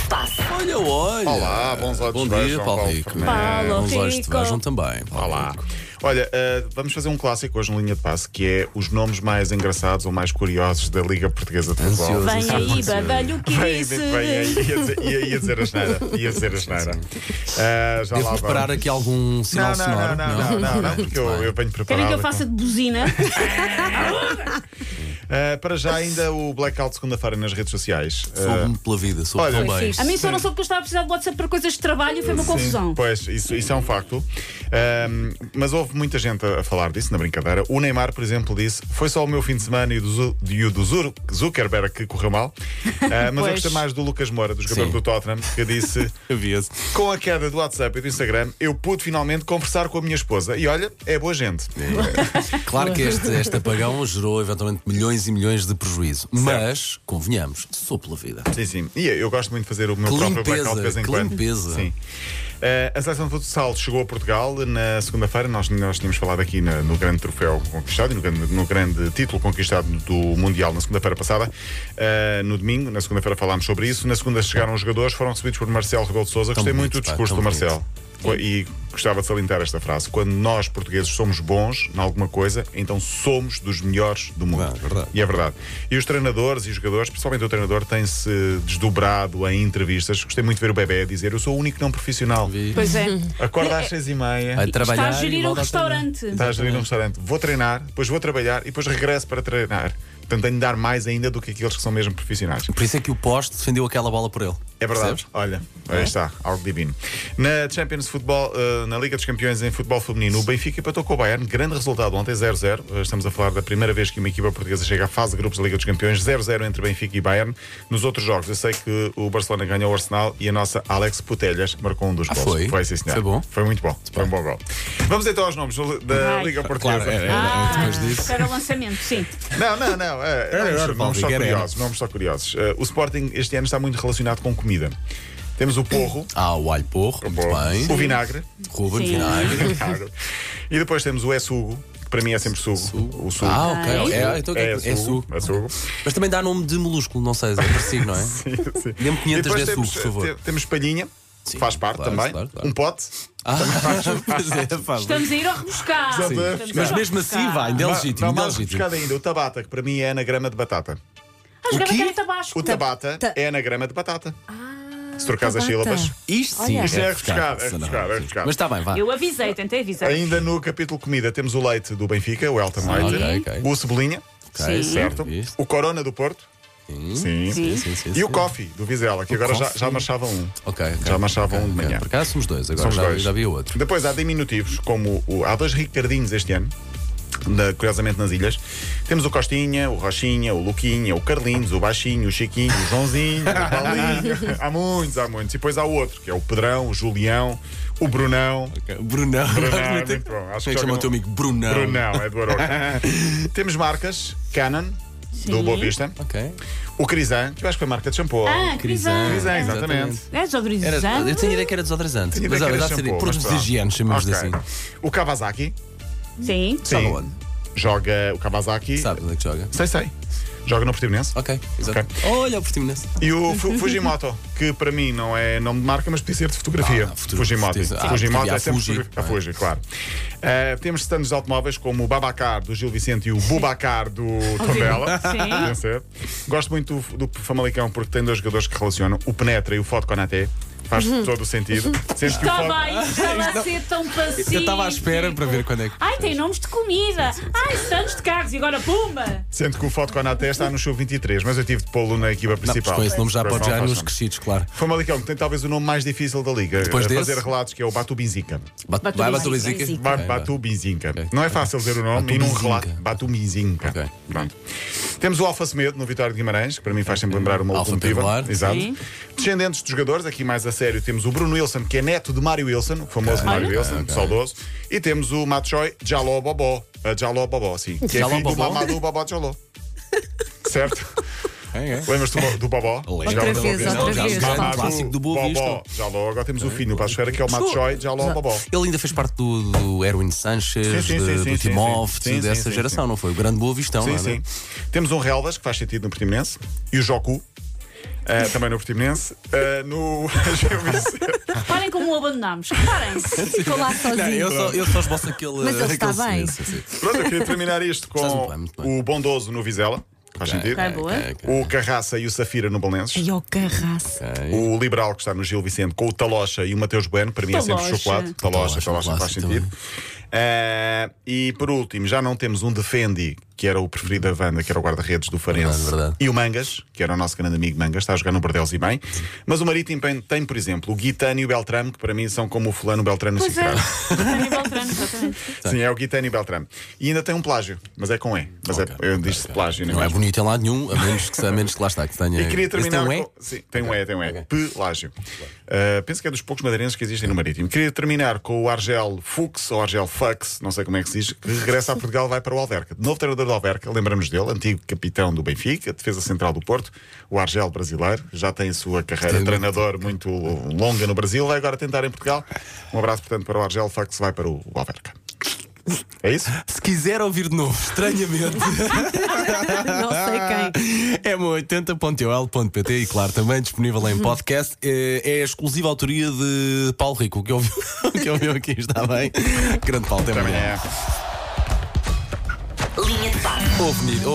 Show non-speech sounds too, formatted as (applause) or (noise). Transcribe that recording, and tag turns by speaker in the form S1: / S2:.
S1: se passa?
S2: Olha, olha.
S3: Olá, bons olhos
S2: Bom
S3: de vejo,
S2: dia,
S3: João
S2: Paulo
S3: Paulo
S2: Rico.
S3: Fernandes.
S2: Bons olhos te
S1: Rico.
S2: vejam também. Paulo
S3: Olá.
S2: Rico.
S3: Olha, uh, vamos fazer um clássico hoje na linha de passe, que é os nomes mais engraçados ou mais curiosos da Liga Portuguesa de Futebol.
S2: Ansioso.
S1: Vem aí, babalho que
S3: Vem,
S1: disse.
S3: vem, vem, aí, ia dizer- ia, ia dizer a geneira. Ia dizer a geneira. Uh, já lá
S2: Devo
S3: vamos.
S2: preparar aqui algum sinal
S3: Não, não,
S2: sonoro?
S3: não, não, não, não, não, porque eu, eu venho preparado.
S1: Querem que eu faça de
S3: (laughs)
S1: buzina?
S3: Uh, para já ainda o blackout de segunda-feira nas redes sociais. Uh,
S2: Soube-me pela vida, soube
S3: Olha,
S2: pelo bem.
S1: A mim só não soube que eu estava a precisar de WhatsApp para coisas de trabalho e foi uma
S3: Sim,
S1: confusão.
S3: Pois, isso, isso é um facto. Ahm, mas houve muita gente a, a falar disso, na brincadeira. O Neymar, por exemplo, disse: Foi só o meu fim de semana e o do, Zu- e o do Zur- Zuckerberg que correu
S1: (laughs)
S3: mal. Ah, mas eu
S1: Pois.
S3: gostei mais do Lucas Moura, do jogador
S2: Sim.
S3: do Tottenham, que
S2: (laughs)
S3: disse:
S2: Havia-se.
S3: Com a queda do WhatsApp e do Instagram, eu pude finalmente conversar com a minha esposa. E olha, é boa gente.
S2: Claro que
S3: (laughs)
S2: este, este apagão gerou eventualmente milhões e milhões de prejuízo. Mas, convenhamos, sou pela vida.
S3: Sim, sim. E eu gosto muito de fazer o meu
S2: Que
S3: próprio
S2: limpeza,
S3: blackout de vez em
S2: que
S3: quando.
S2: limpeza.
S3: Sim. Eh, a seleção de futsal chegou a Portugal na segunda-feira. Nós, nós tínhamos falado aqui na- no grande troféu conquistado e no grande, no grande título conquistado do Mundial na segunda-feira passada. Eh, no domingo, na segunda-feira falámos sobre isso. Na segunda chegaram os jogadores, foram recebidos por Marcelo Rebelo de Souza. Gostei muito
S2: bonito,
S3: do
S2: pá,
S3: discurso
S2: tão
S3: do
S2: bonito.
S3: Marcelo. E gostava de salientar esta frase: quando nós portugueses somos bons em alguma coisa, então somos dos melhores do mundo.
S2: Ah, verdade.
S3: E é verdade. E os treinadores e os jogadores, principalmente o treinador, tem-se desdobrado em entrevistas. Gostei muito de ver o bebê dizer: Eu sou o único não profissional.
S1: Pois é.
S3: Acorda às seis e
S2: A
S3: meia.
S2: trabalhar
S1: Está a gerir
S2: e
S1: um
S2: volta a trabalhar.
S1: restaurante.
S3: Está a gerir um restaurante. Vou treinar, depois vou trabalhar e depois regresso para treinar. Portanto, tenho de dar mais ainda do que aqueles que são mesmo profissionais.
S2: Por isso é que o poste defendeu aquela bola por ele.
S3: É verdade.
S2: Percebes? É.
S3: Olha, aí está, algo divino. Na Champions Futebol, eh, na Liga dos Campeões em futebol feminino, o Benfica empatou com o Bayern. Grande resultado ontem, 0-0. Eh, Estamos a falar da primeira vez que uma equipa portuguesa chega à fase de grupos da Liga dos Campeões, 0-0 entre Benfica e Bayern. Nos outros jogos, eu sei que o Barcelona ganhou o Arsenal e a nossa Alex Putelhas marcou um dos gols.
S2: Ah, foi?
S3: Foi, sim, senhor.
S2: Foi bom?
S3: Foi muito bom. Foi um bom gol. Vamos então aos nomes do- da
S1: Ai.
S3: Liga
S2: Claro,
S3: Portuguesa.
S2: é, é,
S1: Ah,
S2: é, depois disso.
S1: Era o lançamento, sim.
S3: Não, não, não. É,
S2: Era,
S3: nomes-
S2: era, Paulo
S3: nomes, só
S2: Rico, era, era.
S3: curiosos, nomes só curiosos. Eh, o Sporting este ano está muito relacionado com comida.
S2: (coughs)
S3: Temos o Porro.
S2: Há Ah, o alho porro, muito
S3: Bom.
S2: bem.
S3: O vinagre.
S2: Ruben
S1: Sim.
S2: Vinagre.
S3: Claro. E depois temos o sugo, que para mim é sempre sugo. O sugo.
S2: Ah, ok.
S1: É,
S2: É, então, o que é, que- é suco.
S3: É sugo.
S2: Mas também dá nome de molúsculo, não sei, é parecido, não é?
S3: (laughs) Sim.
S2: Dê-me 500
S3: E depois
S2: de
S3: temos,
S2: suco, por favor.
S3: te- Temos palhinha,
S2: Sim,
S3: faz parte
S2: claro,
S3: também.
S2: claro, claro.
S3: Um pote.
S2: Ah, pois é, faz.
S1: (laughs) Estamos a ir ao rebuscar.
S3: Sim.
S1: Estamos a ir
S2: Mas
S1: ao
S2: mesmo assim,
S1: rebuscar.
S2: vai, ainda é legítimo,
S3: Não,
S2: ainda é
S3: mais
S2: legítimo.
S3: rebuscado ainda, o tabata, que para mim é anagrama de batata.
S1: Ah, jogava
S2: quê?
S1: até em Tabasco.
S3: O tabata
S4: ta- Ah,
S3: é anagrama de batata. Se trocares as
S4: tabata.
S3: sílabas.
S2: Isto sim,
S4: Olha.
S3: Isto
S2: refrescado,
S3: é refrescado, é
S2: isso não.
S3: refrescado, é refrescado.
S2: Mas está bem, vá.
S1: Eu avisei, tentei avisar.
S3: Ainda no capítulo comida temos o leite do Benfica, o Elton Leite.
S2: Ah, ok, ok.
S3: O cebolinha,
S2: Ok,
S1: Sim.
S3: certo?
S2: Visto.
S3: O corona do Porto. Sim.
S2: Sim, sim, sim,
S3: E o
S2: sim.
S3: coffee do Vizela, que agora já,
S2: coffee.
S3: já marchava um.
S2: Ok, ok.
S3: Já marchava um de
S2: Ok,
S3: manhã.
S2: Por acaso somos dois, agora
S3: Somos
S2: já,
S3: dois.
S2: já vi outro.
S3: Depois há diminutivos, como o, há dois Ricardinhos este ano, na- curiosamente nas ilhas. Temos o Costinha, o Rochinha, o Luquinha, o Carlinhos, o Baixinho, o Chiquinho, o
S2: (laughs)
S3: Joãozinho, o Paulinho. há muitos, há muitos. E depois há o outro, que é o Pedrão, o Julião, o Brunão.
S2: Brunão.
S3: Brunão,
S2: Como
S3: é
S2: é
S3: muito bom. Acho
S2: que
S3: joga
S2: chama o
S3: no-
S2: teu amigo? Brunão.
S3: Brunão, é
S2: (laughs)
S3: do Aroca. Temos marcas, Canon, do
S1: Sim.
S3: Boa Vista.
S2: Ok.
S3: O Crisan, que eu acho que foi a marca de shampoo.
S1: Ah, Crisan.
S3: Crisan, exatamente.
S1: É
S2: Era,
S1: desodorizante?
S2: eu tinha ideia que era desodorizante.
S3: Tinha
S2: Mas
S3: ideia
S2: olha,
S3: que
S2: dá
S3: era
S2: a ser
S3: shampoo,
S2: produtos
S3: mas
S2: de
S3: pronto.
S2: higiene, chamamos-lhe
S3: Ok.
S2: assim.
S3: O Kawasaki.
S1: Sim.
S2: Joga onde?
S3: Joga o Kawasaki.
S2: Sabes onde é que joga?
S3: Sei, sei. Joga no Portimonense.
S2: Ok, exato.
S3: Ok.
S2: Olha o Portimonense.
S3: E o Fu- Fujimoto, que para mim não é nome de marca, mas podia ser de fotografia.
S2: Ah, não, foto-
S3: Fujimoto.
S2: foto- ah,
S3: Fujimoto
S2: fotografia,
S3: é sempre
S2: Fuji,
S3: fotogra- a
S2: não é?
S3: Fuji, claro. Ah, temos stands de automóveis como o Babacar do Gil Vicente e o
S2: (laughs)
S3: Bubacar do Tondela.
S1: Sim.
S3: Podia ser. Gosto muito do, do Famalicão porque tem dois jogadores que relacionam o Penetra e o Foto Conaté. Faz todo o sentido. Sendo que o
S1: Está
S3: Foto-
S1: Tá bem, estava a ser tão pacífico.
S2: Ah, Eu estava à espera para ver quando é que.
S1: Ai, tem nomes de comida. Ai, Santos de carros e agora pumba!
S3: Sendo que o Foto Conaté está no show 23, mas eu tive de pô-lo na equipa
S2: Não, mas
S3: principal.
S2: com esse nome já
S3: Pois
S2: pode
S3: não
S2: já é
S3: faz
S2: nos
S3: nada.
S2: crescidos, claro.
S3: Famalicão, que tem talvez o nome mais difícil da liga.
S2: Depois
S3: a
S2: desse?
S3: fazer relatos, que é o Batubinzica.
S2: Bat-
S1: Batu
S2: Vai,
S1: Benzica.
S2: Batu Benzica.
S4: Benzica.
S3: Ba-
S2: Ok, vai.
S3: Batubinzinca.
S2: Ok.
S3: Não é fácil dizer o nome e num
S2: Batubinzinca.
S3: relato. Batubinzinca.
S2: Ok.
S3: Pronto. Temos o Alfa Semedo no Vitória de Guimarães, que para mim faz sempre lembrar uma
S2: Alfa
S3: locomotiva.
S2: Tabular.
S3: Exato.
S1: Sim.
S3: Descendentes dos jogadores, aqui mais a sério, temos o Bruno Wilson, que é neto de Mário Wilson, o famoso Mário
S1: Olha.
S3: Wilson, saudoso. E temos o Machoy Jaló Bobó. Ah, Jaló Bobó, sim. Que é
S2: Jaló
S3: filho do
S2: Bobó?
S3: Mamadou Bobó Jaló. certo?
S2: É, é.
S3: Lembras-te do, do Bobó?
S2: Outra
S3: Jogava no
S4: vez,
S3: Boa Vista.
S4: outra Não, já vez.
S2: jogava no
S3: Mamadou
S2: é um clássico do Boa
S3: Bobó
S2: Vista.
S3: Jaló. Agora temos o filho no Pascoeira, que é o Machoy Jaló Bobó.
S2: Ele ainda fez parte do, do Erwin Sanchez,
S3: Sim, sim,
S2: de-
S3: sim, sim, sim,
S2: do Timov,
S3: sim. Sim,
S2: dessa
S3: sim, sim,
S2: geração,
S3: sim.
S2: não foi? O grande Boa Vistão,
S3: Sim,
S2: não é?
S3: sim. Temos um Relvas, que faz sentido no Portimonense, e o Joku. eh, também no Portimonense, eh, no (laughs) GVC.
S1: Reparem como o abandonámos. Reparem.
S4: Ficou lá
S2: Não,
S4: sozinho.
S2: eu, só, eu só esboço aquele.
S4: É, Mas ele está
S2: aquele
S4: bem.
S2: sorriso, sim, sim.
S3: Pronto, eu queria terminar isto
S2: Estás
S3: com
S2: muito bem, muito bem.
S3: o Bondoso no Vizela, faz sentido.
S1: Ok, boa.
S2: Ok, ok.
S3: O Carraça e o Safira no Balenços.
S4: E o carraço.
S3: O liberal que está no Gil Vicente com o Talocha e o Mateus Bueno, para mim é sempre
S1: Talocha.
S3: chocolate. Talocha,
S2: Talocha,
S3: Talocha, faz
S2: Talocha
S3: sentido. Eh, e por último, já não temos um Defendi, que era o preferido da Wanda, que era o guarda-redes do Farense.
S2: Verdade, verdade.
S3: E o Mangas, que era o nosso grande amigo Mangas, está a jogar no Bordeaux e bem. Mas o Marítimo tem, tem, por exemplo, o Guitano e o Beltrame, que para mim são como o fulano, o Beltrame e o
S1: Pois é. (laughs)
S3: Cicrano.
S1: António Beltrano, exatamente.
S3: Sim, é o Guitano e o Beltrame. E ainda tem um plágio, mas é com E. Mas
S2: Ok,
S3: é, eu diz-se plágio,
S2: Não é bonito em lado nenhum, a menos que, a menos que lá está. Que tenha,
S3: E queria
S2: Esse tem
S3: terminar
S2: um E?
S3: com. Sim, tem um E, tem um E. Pelágio. Uh, penso que é dos poucos madeirenses que existem no Marítimo. Queria terminar com o Argel Fux, ou Argel Fux, não sei como é que se diz, que regressa a Portugal vai para o Alverca. De novo treinador do Alverca, lembramos dele, antigo capitão do Benfica, defesa central do Porto, o Argel brasileiro, já tem a sua carreira de
S2: Tem-
S3: treinador muito longa no Brasil, vai agora tentar em Portugal. Um abraço, portanto, para o Argel Fux, vai para o Alverca. É isso?
S2: Se quiser ouvir de novo, estranhamente,
S4: (laughs) Não sei quem.
S2: (laughs) é 80.ol.pt e, claro, também disponível
S4: Uhum.
S2: em podcast. É, é a exclusiva autoria de Paulo Rico, que ouviu, (laughs) que ouviu aqui, está bem? Grande Paulo, até
S3: Até
S2: amanhã.
S3: amanhã.
S5: Linha de passe.
S3: é.
S2: Ouve, menino, ouve.